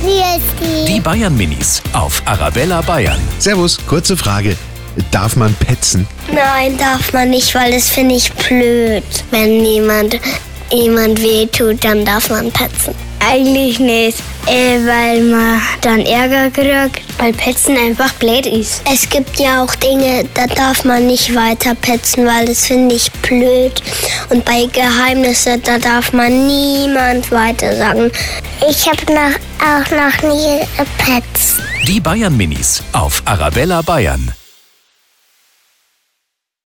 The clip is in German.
Hier ist Die Bayern Minis auf Arabella Bayern. Servus, kurze Frage. Darf man petzen? Nein, darf man nicht, weil das finde ich blöd. Wenn jemand jemand wehtut, dann darf man petzen. Eigentlich nicht, äh, weil man dann Ärger kriegt, weil Petzen einfach blöd ist. Es gibt ja auch Dinge, da darf man nicht weiter petzen, weil das finde ich blöd. Und bei Geheimnissen, da darf man niemand weiter sagen. Ich habe auch noch nie gepetzt. Die Bayern Minis auf Arabella Bayern.